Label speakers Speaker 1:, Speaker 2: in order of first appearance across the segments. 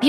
Speaker 1: 美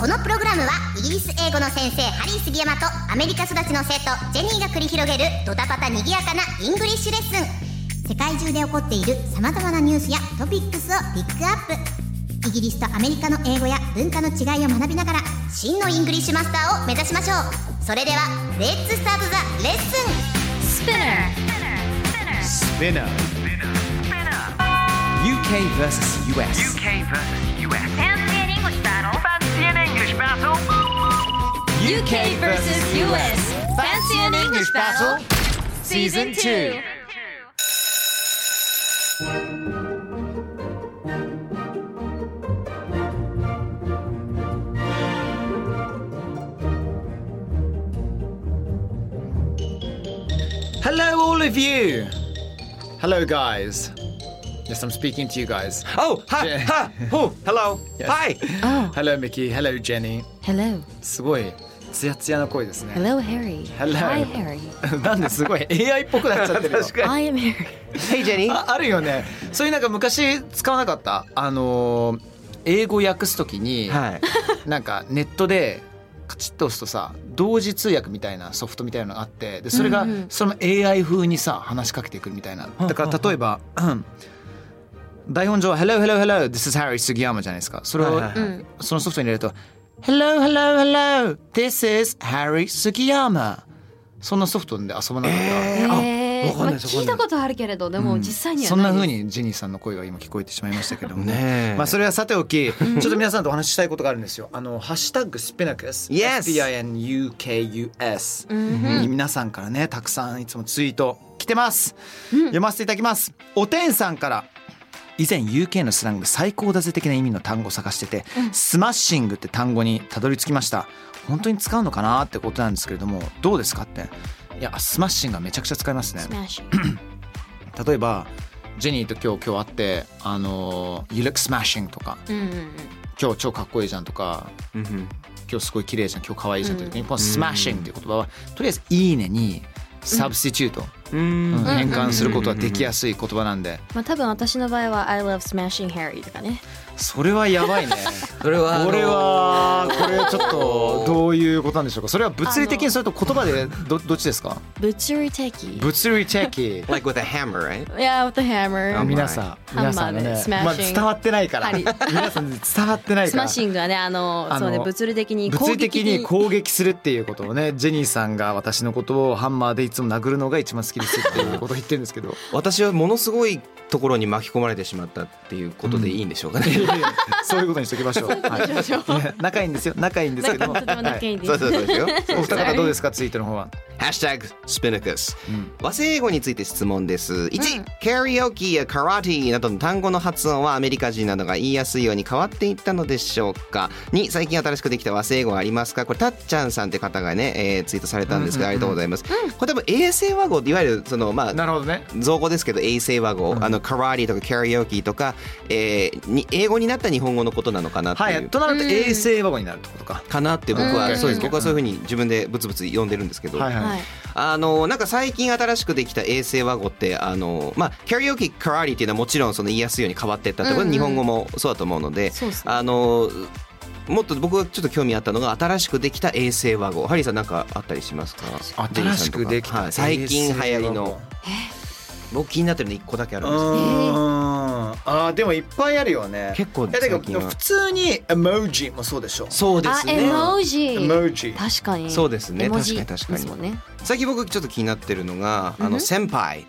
Speaker 2: このプログラムはイギリス英語の先生ハリー杉山とアメリカ育ちの生徒ジェニーが繰り広げるドタパタにぎやかなイングリッシュレッスン世界中で起こっている様々なニュースやトピックスをピックアップイギリスとアメリカの英語や文化の違いを学びながら真のイングリッシュマスターを目指しましょうそれではレッツスタートザレッスン
Speaker 3: Spinner. UK versus US.
Speaker 4: UK versus US. Fancy an English battle. Fancy an English battle.
Speaker 3: UK versus US. Fancy an English battle? Season 2.
Speaker 5: Hello, all of you.
Speaker 3: Hello, guys. Yes, I'm speaking to you guys.
Speaker 5: Oh, ha,
Speaker 3: Yeah.
Speaker 5: ha, oh, hello.
Speaker 3: Yes.
Speaker 5: Hi.
Speaker 3: Hello, Mickey. Hello, Jenny.
Speaker 6: Hello.
Speaker 3: すごい、つやつやの声ですね。
Speaker 6: Hello, Harry.
Speaker 3: Hello.
Speaker 6: Hi, Harry.
Speaker 3: なんですごい AI っぽくなっちゃってるよ。確か
Speaker 6: I am Harry.
Speaker 5: Hey, Jenny.
Speaker 3: ああるよね。そういうなんか昔使わなかった。あのー英語訳すときに、
Speaker 5: はい。
Speaker 3: なんかネットでカチッと押すとさ同時通訳みたいなソフトみたいなのがあってでそれがその AI 風にさ話しかけてくるみたいなだから例えばうん台本上は「Hello Hello Hello This is Harry 杉山」じゃないですかそれ
Speaker 5: はい
Speaker 3: を
Speaker 5: はいはい
Speaker 6: ん
Speaker 3: そのソフトに入れると「Hello Hello Hello This is Harry 杉山」そんなソフトで遊ばなかった。
Speaker 6: え
Speaker 5: わ
Speaker 6: ー
Speaker 5: かん
Speaker 6: まあ
Speaker 5: ないです
Speaker 6: 聞いたことあるけれど、でも実際には
Speaker 3: そんな
Speaker 6: ふ
Speaker 3: 風
Speaker 6: う
Speaker 3: にジェニーさんの声が今聞こえてしまいましたけども
Speaker 5: ねえ
Speaker 3: まあそれはさておき、ちょっと皆さんとお話ししたいことがあるんですよ。あのハッシュタグスピナクス、
Speaker 5: Yes
Speaker 3: S P I N U K U S に皆さんからねたくさんいつもツイート来てます。読ませていただきます。おてんさんから。以前 UK のスラング最高だぜ的な意味の単語を探してて、スマッシングって単語にたどり着きました本当に使うのかなってことなんですけれどもどうですかっていやスマッシングはめちゃくちゃ使いますね例えばジェニーと今日今日会って「あの You look smashing」とか
Speaker 6: うんうん
Speaker 3: 「今日超かっこいいじゃん」とか「今日すごい綺麗じゃん」「今日可愛いじゃん」という時にこの「smashing」っていう言葉はとりあえず「いいね」にサブスティチュート、うん変換することはできやすい言葉なんで
Speaker 6: まあ多分私の場合は I love smashing Harry とかね。
Speaker 3: それはやばいね
Speaker 5: それはあの
Speaker 3: これはこれちょっとどういうことなんでしょうかそれは物理的にそれと言葉でどどっちですか
Speaker 6: 物理的。
Speaker 3: 物理的
Speaker 5: like with a hammer, right?
Speaker 6: Yeah, with the hammer.
Speaker 3: 皆さん皆さんがね、
Speaker 6: ハンマーで
Speaker 3: まあ、
Speaker 6: smashing
Speaker 3: 伝わってないから
Speaker 6: 針
Speaker 3: 皆さん伝わってない
Speaker 6: ス
Speaker 3: か
Speaker 6: マッ
Speaker 3: ら
Speaker 6: シングはね、あの、
Speaker 3: あの
Speaker 6: そうね、物理的に
Speaker 3: 物
Speaker 6: 攻
Speaker 3: 理的
Speaker 6: 撃
Speaker 3: に攻撃するっていうことをね ジェニーさんが私のことをハンマーでいつも殴るのが一番好きですっていうことを言ってるんですけ ど
Speaker 5: 私はものすごいところに巻き込まれてしまったっていうことでいいんでしょうかね。
Speaker 3: そういうことにしときましょう。はいいや仲いいんですよ仲いいんですけども。
Speaker 6: とても仲いいんで す
Speaker 5: そうそうそうですよ。
Speaker 3: はいお二方どうですかツイートの方は。
Speaker 5: ハッシュタグスピナクス、和製英語について質問です1、カラオケやカラティなどの単語の発音はアメリカ人などが言いやすいように変わっていったのでしょうか2最近新しくできた和製英語はありますかこれたっちゃんさんって方がね、えーツイートされたんですが、ありがとうございます、これ多分衛星和語いわゆるそのまあ
Speaker 3: なるほどね。
Speaker 5: 造語ですけど衛星和語、あのカラティとかカラオケとか、えーに英語になった日本語のことなのかなっていう、
Speaker 3: はいとなると衛星ワゴンになるってことか。
Speaker 5: かなって僕は、
Speaker 3: うん
Speaker 5: そうです僕はそういうふうに自分でブツブツ呼んでるんですけど、
Speaker 3: はいはい。
Speaker 5: あのなんか最近新しくできた衛星和語ってあのまあキャリオケカラリっていうのはもちろんその言いやすいように変わっていったって、これ日本語もそうだと思うので
Speaker 6: そうですね
Speaker 5: あのもっと僕がちょっと興味あったのが新しくできた衛星和語ハリーさんなんかあったりしますか
Speaker 3: 新しくでき
Speaker 5: は
Speaker 3: た
Speaker 5: い最近流行りの。僕気になってるの1個だけあ
Speaker 3: う
Speaker 5: るんですけど
Speaker 3: ん。あーでもいっぱいあるよね。
Speaker 5: 結構
Speaker 3: いやだけど
Speaker 5: 最近は
Speaker 3: 普通にエモジもそうでしょ。
Speaker 5: そうで
Speaker 6: あ、
Speaker 5: す
Speaker 6: エ
Speaker 5: ね
Speaker 6: モジ。
Speaker 3: エモジ。
Speaker 6: 確かに。
Speaker 5: そうですね
Speaker 6: 絵文字
Speaker 5: 確かに確かに
Speaker 6: ですもんね。
Speaker 5: 最近僕ちょっと気になってるのがあの先輩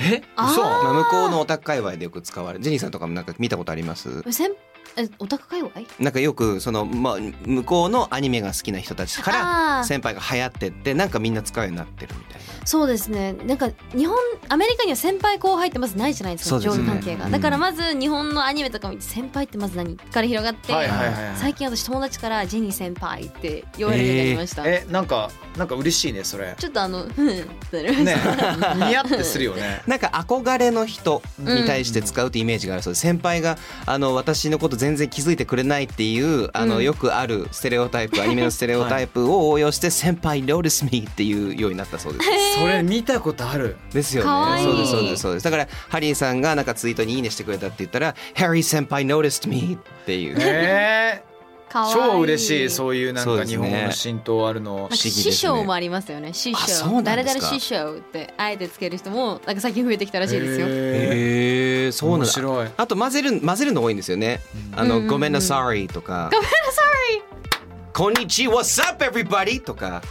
Speaker 3: え
Speaker 6: あー
Speaker 5: まあ向こうのオタク界隈でよく使われるジェニーさんとかもなんか見たことあります
Speaker 6: 先えオタク界隈
Speaker 5: なんかよくその、まあ、向こうのアニメが好きな人たちから
Speaker 6: あー
Speaker 5: 先輩が流行ってってなんかみんな使うようになってるみたいな
Speaker 6: そうですねなんか日本アメリカには先輩後輩ってまずないじゃないです
Speaker 5: そ
Speaker 6: か
Speaker 5: うで
Speaker 6: 上
Speaker 5: す
Speaker 6: 下
Speaker 5: ね
Speaker 6: 関係が、
Speaker 5: うん
Speaker 6: だからまず日本のアニメとか見て先輩ってまず何から広がって、
Speaker 3: はいはいはいはい
Speaker 6: 最近私友達からジェニー先輩って言われるようになりました、
Speaker 3: えなんかなんか嬉しいねそ れ
Speaker 6: ちょっとあのふんってなりま
Speaker 3: ね
Speaker 6: した、
Speaker 3: 似合ってするよ ね
Speaker 5: なんか憧れの人に対して使うってイメージがあるそうです先輩があの私のこと全然気づいてくれないっていうあの、
Speaker 6: うん
Speaker 5: よくあるステレオタイプアニメのステレオタイプを応用して「先輩 notice me」っていうようになったそうです。
Speaker 3: それ見たことあ る
Speaker 5: ですよ
Speaker 6: かわ
Speaker 5: ね。
Speaker 6: いい
Speaker 5: そうですそうですそうです。だからハリーさんがなんかツイートに「いいね」してくれたって言ったら「ハリー先輩 noticed me」っていう。
Speaker 3: え
Speaker 6: かわいい
Speaker 3: 超嬉しいそういうなん
Speaker 5: そう
Speaker 3: か
Speaker 5: です
Speaker 3: 日
Speaker 5: ね
Speaker 3: 本語の浸透あるの
Speaker 6: なんか
Speaker 5: 不思議ですね
Speaker 6: 師匠もありますよね師
Speaker 5: あ
Speaker 6: 匠
Speaker 5: そうなん
Speaker 6: 誰
Speaker 5: ですか
Speaker 6: 々師匠ってあえてつける人もなんか最近増えてきたら
Speaker 3: ら
Speaker 6: しいですよ、
Speaker 3: え
Speaker 5: へえそうなん
Speaker 3: 面
Speaker 5: だ。
Speaker 3: 白い
Speaker 5: あと混ぜる混ぜるの多いんですよね。あ
Speaker 6: う
Speaker 5: の、
Speaker 6: んうん
Speaker 5: ごめんなさいとか。
Speaker 6: ごめんなさ
Speaker 5: こんにちは What's up everybody とか。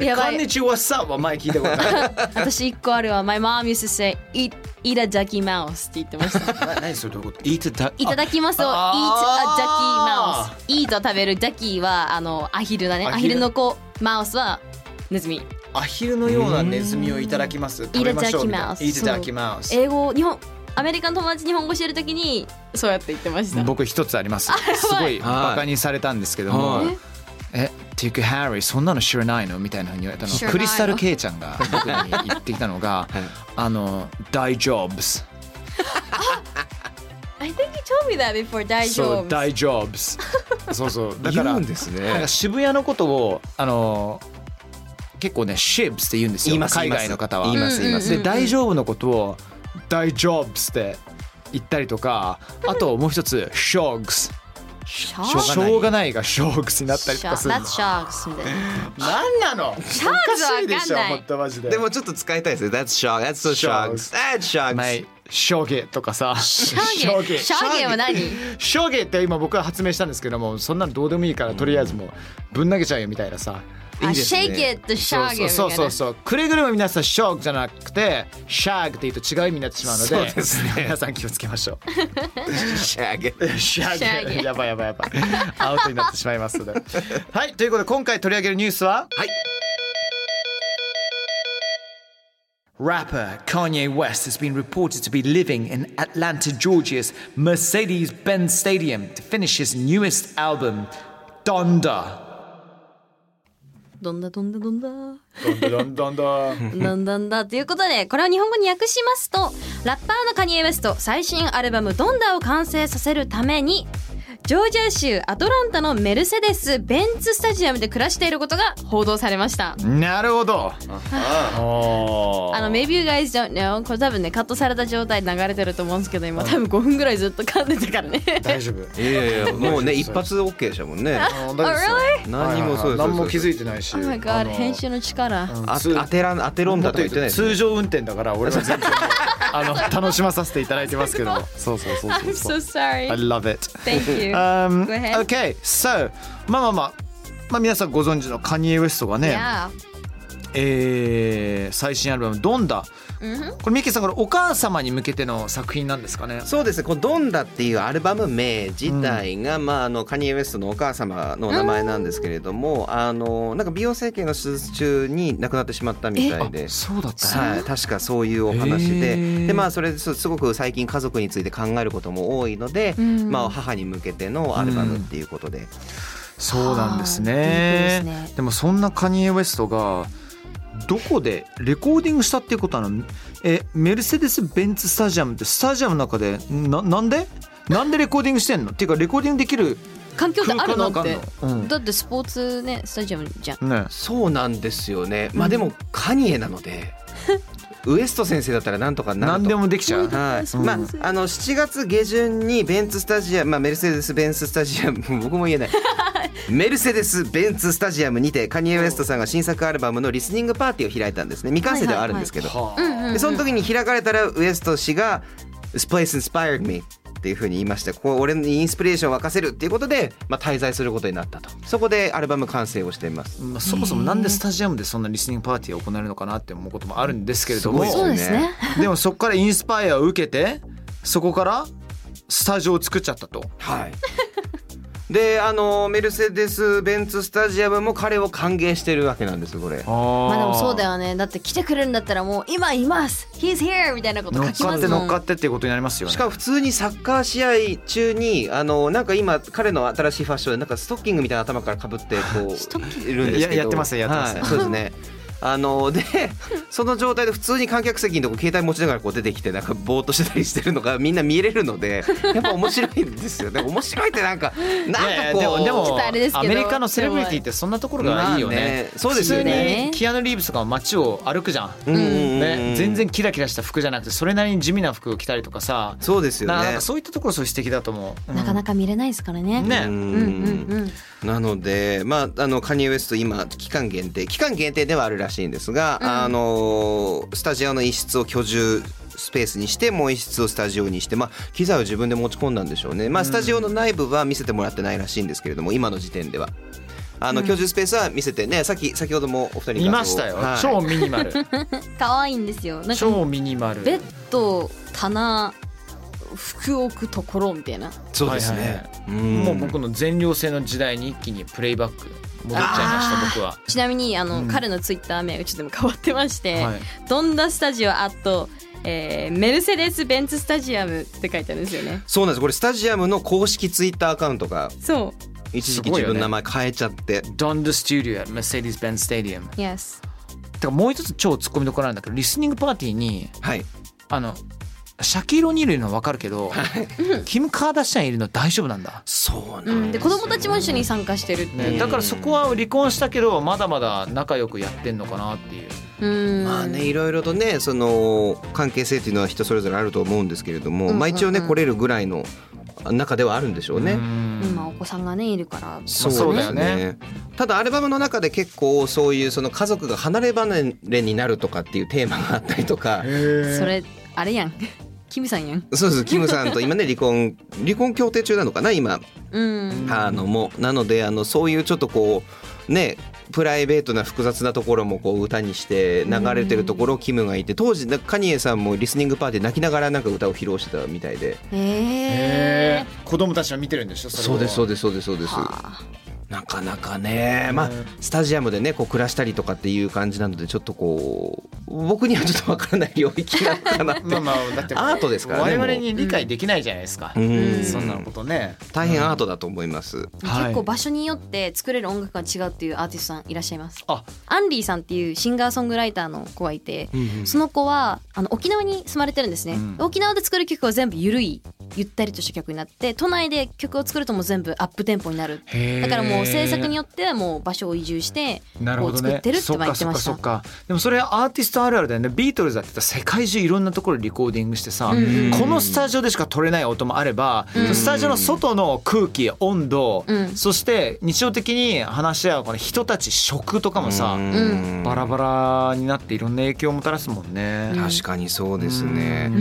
Speaker 6: いやば
Speaker 3: こん
Speaker 6: い
Speaker 3: にちはさんは前聞いたこと ない
Speaker 6: 私一個あるわ My mom used to say eat, eat a ducky mouse って言ってまし た
Speaker 3: な何それどういうこと Eat
Speaker 6: いただきますを eat a
Speaker 3: あ
Speaker 6: ducky mouse eat を食べる ducky はあのアヒルだね
Speaker 3: ア
Speaker 6: ア
Speaker 3: ヒ
Speaker 6: ヒ
Speaker 3: ル
Speaker 6: ルの子マウスはネズミ
Speaker 3: アヒルのようなネズミをいただきます食べましょうみたいな
Speaker 6: Eat the
Speaker 3: Eat the
Speaker 6: ducky
Speaker 3: ducky mouse
Speaker 6: 英語日本アメリカの友達日本語してる時にそうやって言ってました
Speaker 3: 僕一つありますすごい
Speaker 5: はい
Speaker 3: バカにされたんですけども
Speaker 5: はい
Speaker 3: えティック・ハリーそんなの知らないのみたいなふうに言われた
Speaker 6: 知ら
Speaker 3: のク
Speaker 6: ないの
Speaker 3: リスタル・ケイちゃんが僕に言ってきたのが
Speaker 5: はい
Speaker 3: あの「大丈夫」
Speaker 6: I think you told me that before 大
Speaker 3: そ
Speaker 6: 丈
Speaker 3: う
Speaker 6: 夫
Speaker 3: 大丈夫そ うそうだから
Speaker 5: 言う
Speaker 3: なんん
Speaker 5: です
Speaker 3: か
Speaker 5: ね。
Speaker 3: 渋谷のことをあの結構ね「シブス」って言うんです
Speaker 5: 言い
Speaker 3: よ
Speaker 5: ます
Speaker 3: 海外の方は
Speaker 5: 言います言います。
Speaker 3: で大丈夫のことを「大丈夫」って言ったりとかあともう一つ「ショーグス」
Speaker 6: シャ
Speaker 3: しょ
Speaker 6: ー
Speaker 3: う
Speaker 6: ク
Speaker 3: しょうがないがショークスになったりとかする
Speaker 6: That's sharks みたいな
Speaker 3: なんなのおかしいでしょ
Speaker 6: わかんない
Speaker 3: 本当マジで
Speaker 5: でもちょっと使いたいですね。That's shark. That's so sharks. That's
Speaker 3: な
Speaker 5: sharks.
Speaker 3: いショーゲとかさ シ
Speaker 6: シャーゲシャーゲは何
Speaker 3: ショーゲって今僕は発明したんですけどもそんなのどうでもいいからとりあえずもうぶん投げちゃうよみたいなさ
Speaker 5: い
Speaker 6: あ
Speaker 5: いですね
Speaker 6: Shake it とシャーゲみたいな
Speaker 3: そうそうそうそうくれぐれも皆さんショーグじゃなくてシャーグって言うと違う意味になってしまうので
Speaker 5: そうですね
Speaker 3: 皆さん気をつけましょ
Speaker 5: Shag.
Speaker 3: うシャ
Speaker 6: シャー
Speaker 3: ーグ
Speaker 6: ゲ
Speaker 3: やばいやばいやばいアウトになってしまいますのではいということで今回取り上げるニュースは
Speaker 5: はい。
Speaker 3: Rapper Kanye West has been reported to be living in Atlanta, Georgia's Mercedes Benz Stadium to finish his newest album, Donda.
Speaker 6: どんだどんだどんだ
Speaker 3: Donda, Donda.
Speaker 6: なんだんだということでこれを日本語に訳しますとラッパーのカニエ・ウェスト最新アルバム「ドンダ」を完成させるためにジョージア州アトランタのメルセデス・ベンツスタジアムで暮らしていることが報道されました
Speaker 3: なるほど。
Speaker 6: あの Maybe you guys don't know これ多分ねカットされた状態で流れてると思うんですけど今多分5分ぐらいずっと噛んでた からね
Speaker 3: 大丈夫。
Speaker 5: いやいやいやもうね一発 OK でしたもんね。
Speaker 3: 大
Speaker 6: Oh
Speaker 5: 何もそうです。
Speaker 3: 何も気づ
Speaker 5: い
Speaker 3: いてないし。
Speaker 6: really? Oh my
Speaker 3: あ
Speaker 6: god
Speaker 3: の
Speaker 6: 編集の力
Speaker 5: あ当てらん当てろんだとか言ってないですね。
Speaker 3: 通常運転だから俺は全然あ の楽しまさせていただいてますけど。そうそうそう
Speaker 6: I'm
Speaker 3: そ
Speaker 6: so
Speaker 3: う。I
Speaker 6: sorry
Speaker 3: love it.
Speaker 6: Thank you
Speaker 3: Um,
Speaker 6: Go ahead.
Speaker 3: okay, so まあまあまあ、まあ、皆さんご存知のカニエ・ウエストがね、
Speaker 6: Yeah
Speaker 3: えー最新アルバム「ドンダ」これミッキーさんこれお母様に向けての作品なんですかね
Speaker 5: そうですね、この「ドンダ」っていうアルバム名自体が、まあ、あのカニエ・ウエストのお母様の名前なんですけれどもあのなんか美容整形の手術中に亡くなってしまったみたいで。
Speaker 3: そうだっ
Speaker 5: はい、確かそういうお話
Speaker 3: へー
Speaker 5: でで、まあ、それですすごく最近家族について考えることも多いので、
Speaker 6: ん
Speaker 5: まあ、母に向けてのアルバムっていうことで、
Speaker 3: そうなんです
Speaker 6: はあ
Speaker 3: ね
Speaker 6: いい
Speaker 3: で
Speaker 6: 曲ですね
Speaker 3: もそんなカニエ・ウエストがどこでレコーディングしたっていうことなのえメルセデス・ベンツ・スタジアムってスタジアムの中でななんでなんでレコーディングしてんのっていうかレコーディングできる
Speaker 6: 環境ってある
Speaker 3: 空間な
Speaker 6: の
Speaker 3: んか
Speaker 6: っ
Speaker 3: ある
Speaker 6: て
Speaker 3: のうん
Speaker 6: だってスポーツねスタジアムじゃん
Speaker 3: ね
Speaker 5: そうなんですよね、まあ、でもカニエなの でウエスト先生だったらなんとかなると
Speaker 3: 何でもできちゃう
Speaker 5: はい、
Speaker 3: ん
Speaker 5: まああの7月下旬にベンツスタジアム、まあ、メルセデス・ベンツスタジアム 僕も言えないメルセデス・ベンツスタジアムにてカニエ・ウエストさんが新作アルバムのリスニングパーティーを開いたんですね未完成ではあるんですけど、でその時に開かれたらウエスト氏が「This place inspired me」っていうふうに言いましてここ俺にインスピレーションを沸かせるっていうことで、まあ、滞在することになったとそこでアルバム完成をしています
Speaker 3: まあ、そもそもなんでスタジアムでそんなリスニングパーティーを行えるのかなって思うこともあるんですけれども
Speaker 5: すごいですね
Speaker 6: そうですね
Speaker 3: でもそこからインスパイアを受けてそこからスタジオを作っちゃったと。
Speaker 5: はい。 で、あのメルセデスベンツスタジアムも彼を歓迎してるわけなんですこれ。
Speaker 6: まあでもそうだよねだって来てくれるんだったらもう今います He's here みたいなこと
Speaker 3: 乗
Speaker 6: 書
Speaker 3: っ
Speaker 6: き
Speaker 3: か
Speaker 6: ま
Speaker 3: って
Speaker 6: すも
Speaker 3: 乗
Speaker 6: ん
Speaker 3: っかってっていうことになりますよね。
Speaker 5: しかも普通にサッカー試合中にあのなんか今彼の新しいファッションでなんかストッキングみたいな頭からかぶって こういるんですけど
Speaker 3: ややってますねやってますね
Speaker 5: はいそうですね あので その状態で普通に観客席のとこ携帯持ちながらこう出てきてなんかぼーっとしてたりしてるのがみんな見れるの でやっぱ面白いんですよね面白いってなんかなんかこう
Speaker 3: いやいやでも
Speaker 6: ちょっとあれで
Speaker 3: です
Speaker 6: け
Speaker 3: も
Speaker 6: ど
Speaker 3: アメリカのセレブリティってそんなところがいいよね,、
Speaker 5: まあねそうですよね
Speaker 3: 普通にキアヌ・リーブスとかも街を歩くじゃん、
Speaker 5: うんうんうん
Speaker 3: ね、全然キラキラした服じゃなくてそれなりに地味な服を着たりとかさ
Speaker 5: そうですよね
Speaker 3: なんかそういったところすごい素敵だと思う、うん
Speaker 6: なかなか見れないですからね
Speaker 3: ね
Speaker 5: う
Speaker 6: うんんうんうん
Speaker 5: なので、まあ、あのカニエ・ウェスト今期間限定期間限定ではあるらしいんですが、あのスタジオの一室を居住スペースにしてもう一室をスタジオにして、まあ、機材を自分で持ち込んだんでしょうね、まあ、スタジオの内部は見せてもらってないらしいんですけれども今の時点では。あの居住スペースは見せてね、さっき先ほどもお二人に
Speaker 3: 見ましたよ、
Speaker 5: はい
Speaker 3: 超ミニ マル
Speaker 6: 可愛いんですよなんか
Speaker 3: 超ミニマル
Speaker 6: ベッド棚服置くところみたいな
Speaker 5: そうですね、うん
Speaker 3: もう僕の全寮制の時代に一気にプレイバック戻っちゃいました僕は。
Speaker 6: ちなみにあの、
Speaker 3: うん
Speaker 6: 彼のツイッター名うちでも変わってまして、
Speaker 3: はい
Speaker 6: ドンダスタジオアット、えーメルセデス・ベンツ・スタジアムって書いてあるんですよね
Speaker 5: そうなんですこれスタジアムの公式ツイッターアカウントが
Speaker 6: そ
Speaker 5: 一時期
Speaker 3: すごい
Speaker 5: 自
Speaker 3: よね
Speaker 5: 分の名前変えちゃって、
Speaker 3: Don the Studio at Mercedes-Benz Stadium
Speaker 6: う Yes
Speaker 3: てかもう一つ超ツッコミどころなんだけどリスニングパーティーに
Speaker 5: はい
Speaker 3: あのシャキロニいるの分かるけどキム・カーダシャンいるの大丈夫なんだ、
Speaker 5: そう
Speaker 6: う
Speaker 5: なん
Speaker 6: ん、
Speaker 5: で
Speaker 6: です子供たちも一緒に参加してるっていう、
Speaker 3: ね、だからそこは離婚したけどまだまだ仲良くやってんのかなっていう
Speaker 6: うん
Speaker 5: まあねいろいろとねその関係性っていうのは人それぞれあると思うんですけれども、まあ一応ね来れるぐらいの中ではあるんでしょうね。
Speaker 3: うん
Speaker 6: 今お子さんがねいるから
Speaker 3: そうだよね。
Speaker 5: ただアルバムの中で結構そういうその家族が離れ離れになるとかっていうテーマがあったりと か。
Speaker 6: それあれやん キムさんやん
Speaker 5: そうですキムさんと今ね離婚離婚協定中なのかな今
Speaker 6: うん
Speaker 5: あのもうなのであのそういうちょっとこうねプライベートな複雑なところもこう歌にして流れてるところをキムがいて当時なカニエさんもリスニングパーティーで泣きながらなんか歌を披露してたみたいで
Speaker 3: へ
Speaker 6: へえ
Speaker 3: え子供たちは見てるんでしょ
Speaker 5: そうですそう
Speaker 3: で
Speaker 5: ですそうですそうです
Speaker 6: は
Speaker 5: なかなかねまあ
Speaker 3: うん
Speaker 5: スタジアムでねこう暮らしたりとかっていう感じなのでちょっとこう僕にはちょっとわからない領域なのかなって
Speaker 3: まあまあだって
Speaker 5: アートですからね
Speaker 3: 我
Speaker 5: もう
Speaker 3: 々に理解できないじゃないですか、
Speaker 5: うん
Speaker 3: そんなことね
Speaker 5: 大変アートだと思います
Speaker 6: 結構場所によって作れる音楽が違うっていうアーティストさんいらっしゃいます
Speaker 3: あ
Speaker 6: アンリーさんっていうシンガーソングライターの子がいて、その子はあの沖縄に住まれてるんですね、
Speaker 3: うん
Speaker 6: 沖縄で作る曲は全部ゆるいゆったりとした曲になって都内で曲を作るともう全部アップテンポになる
Speaker 3: へー
Speaker 6: だからもう制作によってはもう場所を移住して
Speaker 3: なるほどね
Speaker 6: こう作ってるって
Speaker 3: そっ
Speaker 6: 言
Speaker 3: か
Speaker 6: って
Speaker 3: そっ
Speaker 6: ま
Speaker 3: か
Speaker 6: し
Speaker 3: そったかでもそれアーティストあるあるだよねビートルズだってさ世界中いろんなところでリコーディングしてさ、
Speaker 6: うん
Speaker 3: このスタジオでしか撮れない音もあれば、
Speaker 6: うん
Speaker 3: スタジオの外の空気温度、
Speaker 6: うん
Speaker 3: そして日常的に話し合うこの人たち食とかもさ、
Speaker 5: うん
Speaker 3: バラバラになっていろんな影響をもたらすもんね。
Speaker 5: 確かにそうですね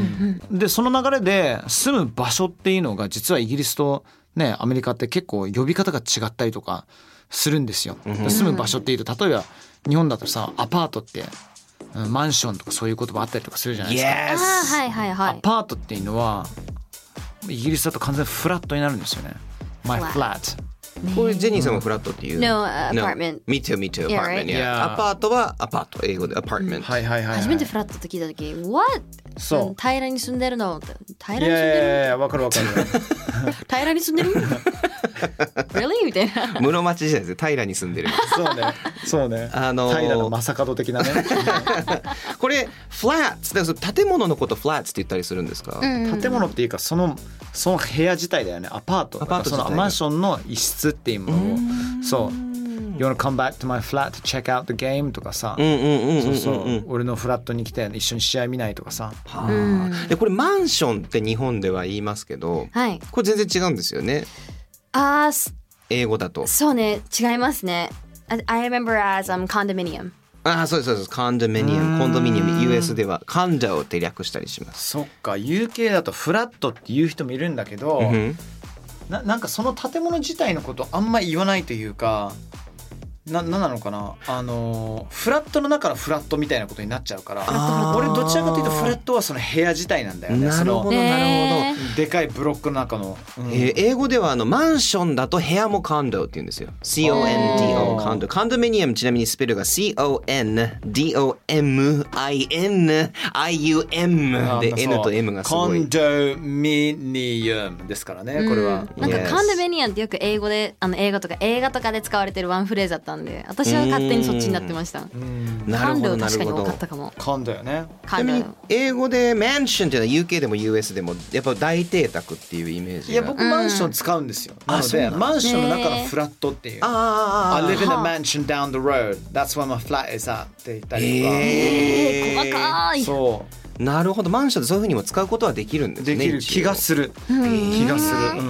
Speaker 3: うんでその流れで住む場所っていうのが実はイギリスとねアメリカって結構呼び方が違ったりとかするんですよ。
Speaker 5: うん
Speaker 3: 住む場所っていうと例えば日本だとさアパートってうんマンションとかそういう言葉あったりとかするじゃないですか。
Speaker 6: あ
Speaker 5: Yes
Speaker 6: あはいはいは
Speaker 3: ア
Speaker 6: い
Speaker 3: パートっていうのはイギリスだと完全にフラットになるんですよね。My flat。
Speaker 5: これジェニーさんもフラットっていう
Speaker 6: No, apartment.
Speaker 5: Me too, me too,
Speaker 6: Yeah,
Speaker 5: apartment.
Speaker 6: right?
Speaker 5: Yeah.
Speaker 3: Yeah.
Speaker 5: アパートはアパート、英語で apartment。
Speaker 3: はいはいはい、はい。
Speaker 6: 初めてフラットって聞いた時「What?
Speaker 3: そう。
Speaker 6: 平らに住んでるの?」って平ら
Speaker 3: いやい
Speaker 6: に住んでる
Speaker 3: やいやわかるわかる。
Speaker 6: 平らに住んでる Really? みたいな
Speaker 5: 室町時代ですね、平に住んでる。
Speaker 3: そうね。そうね。
Speaker 5: あのー
Speaker 3: 平の正門的なね。
Speaker 5: これ、flats、だからその建物のこと、flats って言ったりするんですか、
Speaker 3: 建物っていうかそのその部屋自体だよねアパート
Speaker 5: アパート自体
Speaker 3: そのマンションの一室っていうものをそう「You wanna come back to my flat to check out the game」とかさ、
Speaker 5: うんうんうんうんうん
Speaker 3: そうそう俺のフラットに来て一緒に試合見ないとかさ
Speaker 5: はあでこれマンションって日本では言いますけど、
Speaker 6: はい
Speaker 5: これ全然違うんですよね
Speaker 6: あー
Speaker 5: 英語だと
Speaker 6: そうね違いますね I- I remember as um, condominium
Speaker 5: ああそうですそうですコンドミニアムコンドミニアム US ではコンドって略したりします
Speaker 3: そっか UK だとフラットっていう人もいるんだけど、
Speaker 5: うん
Speaker 3: ななんかその建物自体のことあんま言わないというかななんなのかなあのーフラットの中のフラットみたいなことになっちゃうから
Speaker 5: あー
Speaker 3: 俺どちらかというとフラットはその部屋自体なんだよね
Speaker 5: なるほどなるほど。
Speaker 3: そのでかいブロックの中の、うん
Speaker 5: えー英語ではあのマンションだと部屋もコンドって言うんですよ。CONDO
Speaker 3: あー
Speaker 5: コンド。コンドミニアムちなみにスペルが CONDOMINIUM
Speaker 3: あ
Speaker 5: で
Speaker 3: そう
Speaker 5: N と M がすご
Speaker 3: コ
Speaker 5: い
Speaker 3: ン。ドミニアムですからねこれは、
Speaker 6: うんなんか
Speaker 5: Yes
Speaker 6: カンデメニアンってよく英語であの映画とか映画とかで使われてるワンフレーズだったんで私は勝手にそっちになってました
Speaker 3: うん
Speaker 5: な
Speaker 6: カ
Speaker 5: る
Speaker 6: ン
Speaker 5: ほ
Speaker 6: デ
Speaker 5: ど
Speaker 6: は
Speaker 5: なる
Speaker 6: 確かに
Speaker 5: ほ
Speaker 6: 多か
Speaker 5: ど
Speaker 6: っ。たかも
Speaker 3: コンドよね
Speaker 5: ち
Speaker 6: カ
Speaker 5: な
Speaker 6: ン
Speaker 5: み
Speaker 6: デ
Speaker 5: に英語でマンションっていうのは UK でも US でもやっぱ大邸宅っていうイメージが。
Speaker 3: いや僕マンション使うんですよ、なの
Speaker 5: そう
Speaker 3: で
Speaker 5: なんだ
Speaker 3: マンションの中のフラットっていう、
Speaker 5: あ
Speaker 3: I
Speaker 5: ーあーあー
Speaker 3: live in a mansion down the road that's where my flat is at って言ったりとか、
Speaker 5: え
Speaker 6: 細
Speaker 5: ー
Speaker 6: かい
Speaker 3: そ
Speaker 5: なるほどマンションでそういうふうにも使うことはできるんで
Speaker 3: う
Speaker 5: すね
Speaker 3: できる
Speaker 5: 一応
Speaker 3: 気がする気がする、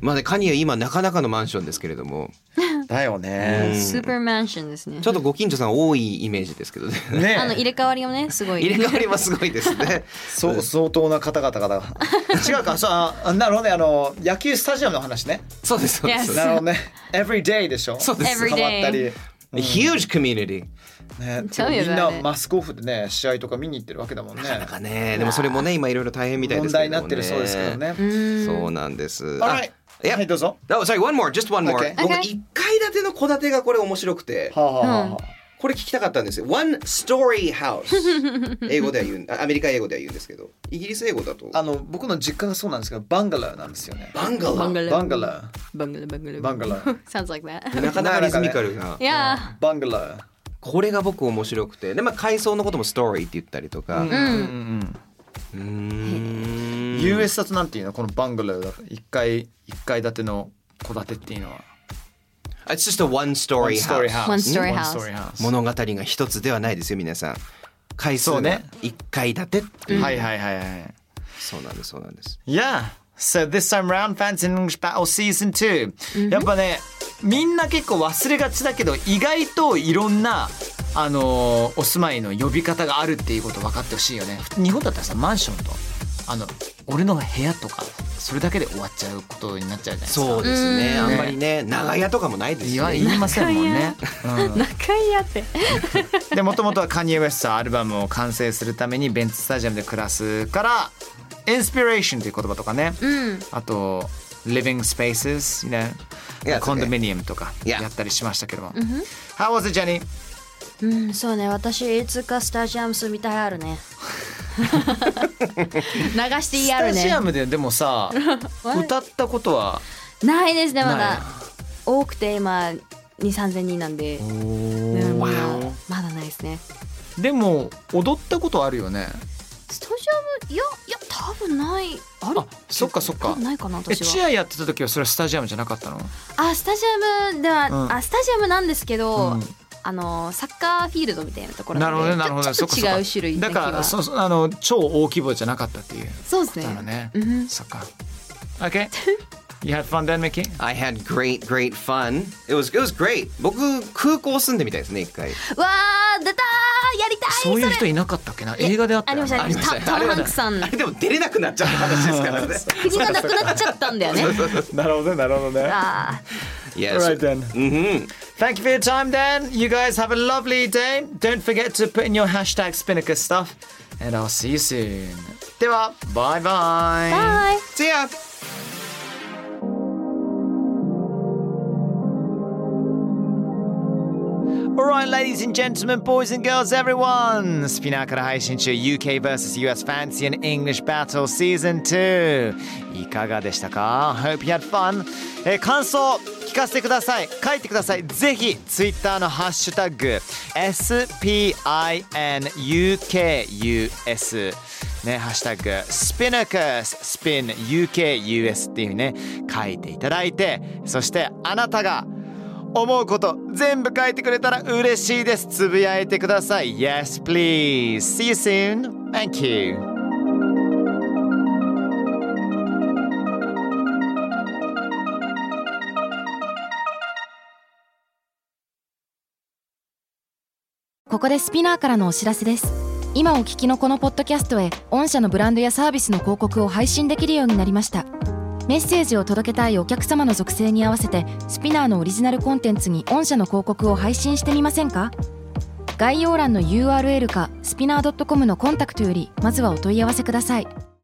Speaker 5: まあねカニエ今なかなかのマンションですけれども
Speaker 3: うん、だよ
Speaker 5: う
Speaker 3: ね、
Speaker 5: ん
Speaker 6: スーパーマンションですね
Speaker 5: ちょっとご近所さん多いイメージですけどね
Speaker 3: ね
Speaker 6: あの入れ替わりもねすごい
Speaker 5: 入れ替わりはすごいですね
Speaker 3: そう相当な方々が違うかそうあなるほどねあの野球スタジアムの話ね
Speaker 5: そうですそうです
Speaker 6: Yes
Speaker 3: なるほどね everyday でしょ
Speaker 5: そうです
Speaker 6: Every
Speaker 3: 変わったり
Speaker 5: A huge community
Speaker 3: ね、
Speaker 6: Tell me
Speaker 3: みんな
Speaker 6: about it
Speaker 3: マスクオフでね試合とか見に行ってるわけだもんね
Speaker 5: なんかねでもそれもね今いろいろ大変みたいで
Speaker 3: 問
Speaker 5: すけ
Speaker 3: 題
Speaker 5: れ
Speaker 3: に
Speaker 5: ど
Speaker 3: な
Speaker 5: も
Speaker 3: っ
Speaker 5: ね
Speaker 3: てるそうですけどね。
Speaker 5: そうなんです
Speaker 3: あはい、
Speaker 5: いや
Speaker 3: はいどうぞ。
Speaker 5: あ Oh, sorry, one more, just one more.
Speaker 3: Okay.
Speaker 5: 僕
Speaker 6: Okay.
Speaker 5: 一階建ての戸建てがこれ面白くて、
Speaker 3: はあ、はあはあ
Speaker 5: これ聞きたかったんですよ。One story house. 英語では言うん、あアメリカ英語では言うんですけど、イギリス英語だと。
Speaker 3: あの僕の実家がそうなんですけどバンガラーなんですよね。
Speaker 5: バンガ
Speaker 6: バンガ
Speaker 5: ラ。
Speaker 6: ラ
Speaker 3: バンガラ
Speaker 6: バンガラバンガラ
Speaker 3: ーバンガラー
Speaker 6: sounds like that
Speaker 5: なかなかリズミカルな。
Speaker 6: いや
Speaker 3: バンガラー。
Speaker 5: これが僕面白くてでまあ階層のこともストーリーって言ったりとかう
Speaker 3: うん
Speaker 5: ーん
Speaker 3: U.S. だとなんていうのこのバンガラーだ一階一階建ての戸建てっていうのは。
Speaker 5: It's just a one story house
Speaker 6: One story house
Speaker 3: うん One story house
Speaker 5: 物語が一つではないですよ皆さん階
Speaker 3: そ
Speaker 5: 層
Speaker 3: う
Speaker 5: が
Speaker 3: ね
Speaker 5: 一階建てっていう
Speaker 3: はいはいはいはい。
Speaker 5: そうなんですそうなんです
Speaker 3: Yeah. So this time round, Fancy and English Battle Season 2、やっぱね、みんな結構忘れがちだけど、意外といろんな、あのーお住まいの呼び方があるっていうこと分かってほしいよね。日本だったらさ、マンションと、あの、俺の部屋とか、それだけで終わっちゃうことになっちゃうじゃないですか。
Speaker 5: そうですねあ
Speaker 3: うん
Speaker 5: んまりね長屋とかもないです
Speaker 3: 言
Speaker 5: よ
Speaker 3: わ
Speaker 5: ね
Speaker 3: 言いませんもんね。うん
Speaker 6: ー仲いいやって
Speaker 3: でもともとはカニエ・ウェストはアルバムを完成するためにベンツスタジアムで暮らすからインスピレーションという言葉とかね、あと Living Spaces you know
Speaker 5: Yeah, it's okay.
Speaker 3: コンドミニアムとか
Speaker 5: Yeah.
Speaker 3: やったりしましたけども、How was it Jenny?
Speaker 6: うんそうね私いつかスタジアム住みたいあ るね流していい
Speaker 3: ス
Speaker 6: ある
Speaker 3: タジ
Speaker 6: ね
Speaker 3: アムででも さ歌ったことは
Speaker 6: ないですねま
Speaker 3: ない
Speaker 6: だ多くて今2 3千人なんでうんまだまだないですね
Speaker 3: でも踊ったことあるよね
Speaker 6: スタジアムいやいや多分ないある
Speaker 3: あそっかそっ
Speaker 6: 多
Speaker 3: か
Speaker 6: 分ないかな
Speaker 3: え
Speaker 6: 私
Speaker 3: チ
Speaker 6: は
Speaker 3: アやってた時はそれはスタジアムじゃなかったの
Speaker 6: あスタジアムでは、
Speaker 3: うん
Speaker 6: あスタジアムなんですけど、
Speaker 3: うん
Speaker 6: あのサッカーフィールドみたいなところ
Speaker 3: なるほどね
Speaker 6: んで
Speaker 3: なるほどね
Speaker 6: ちょっと
Speaker 3: そっかそっ
Speaker 6: 違
Speaker 3: か
Speaker 6: う種類
Speaker 3: だか
Speaker 6: な気
Speaker 3: ら
Speaker 6: は
Speaker 3: そう そうあの超大規模じゃなかったっていう
Speaker 6: そうです
Speaker 3: だよ
Speaker 6: ね
Speaker 3: ね、
Speaker 6: うん
Speaker 3: そっか OK You had fun then Mickey?
Speaker 5: I had great great fun it was it was great 僕空港住んでみたいですね一回
Speaker 6: うわー出たーやりたい
Speaker 3: そういう人いなかったっけな映画であった
Speaker 6: あり
Speaker 3: よ
Speaker 6: ま
Speaker 3: ね
Speaker 6: した
Speaker 5: ありましたね
Speaker 6: タトムハンクさん
Speaker 5: あれでも出れなくなっちゃった話です からね
Speaker 6: 国がなくなっちゃったんだよね
Speaker 3: なるほどねなるほどね
Speaker 6: あ
Speaker 5: いや
Speaker 3: Alright
Speaker 5: そう
Speaker 3: then. Thank you for your time, Dan. You guys have a lovely day. Don't forget to put in your hashtag Spinnaker stuff. And I'll see you soon. では、バイバイ。
Speaker 6: ーはい
Speaker 5: See ya!
Speaker 3: Alright, ladies and gentlemen, boys and girls, everyone! スピナーから配信中 UK vs.US Fancy and English Battle Season 2いかがでしたか ?Hope you had fun! えー感想聞かせてください書いてくださいぜひ Twitter のハッシュタグ SPINUKUS ね、ハッシュタグ、スピナカス、スピン、UK、US っていうふうにね、書いていただいて、そしてあなたが思うこと全部書いてくれたら嬉しいです。つぶやいてください。Yes, please. See you soon. Thank you.
Speaker 7: ここでスピナーからのお知らせです今お聞きのこのポッドキャストへ御社のブランドやサービスの広告を配信できるようになりました
Speaker 6: メッセージを届けたいお客様の属性に合わせてスピナーのオリジナルコンテンツに御社の広告を配信してみませんか概要欄の URL かスピナー .com のコンタクトよりまずはお問い合わせください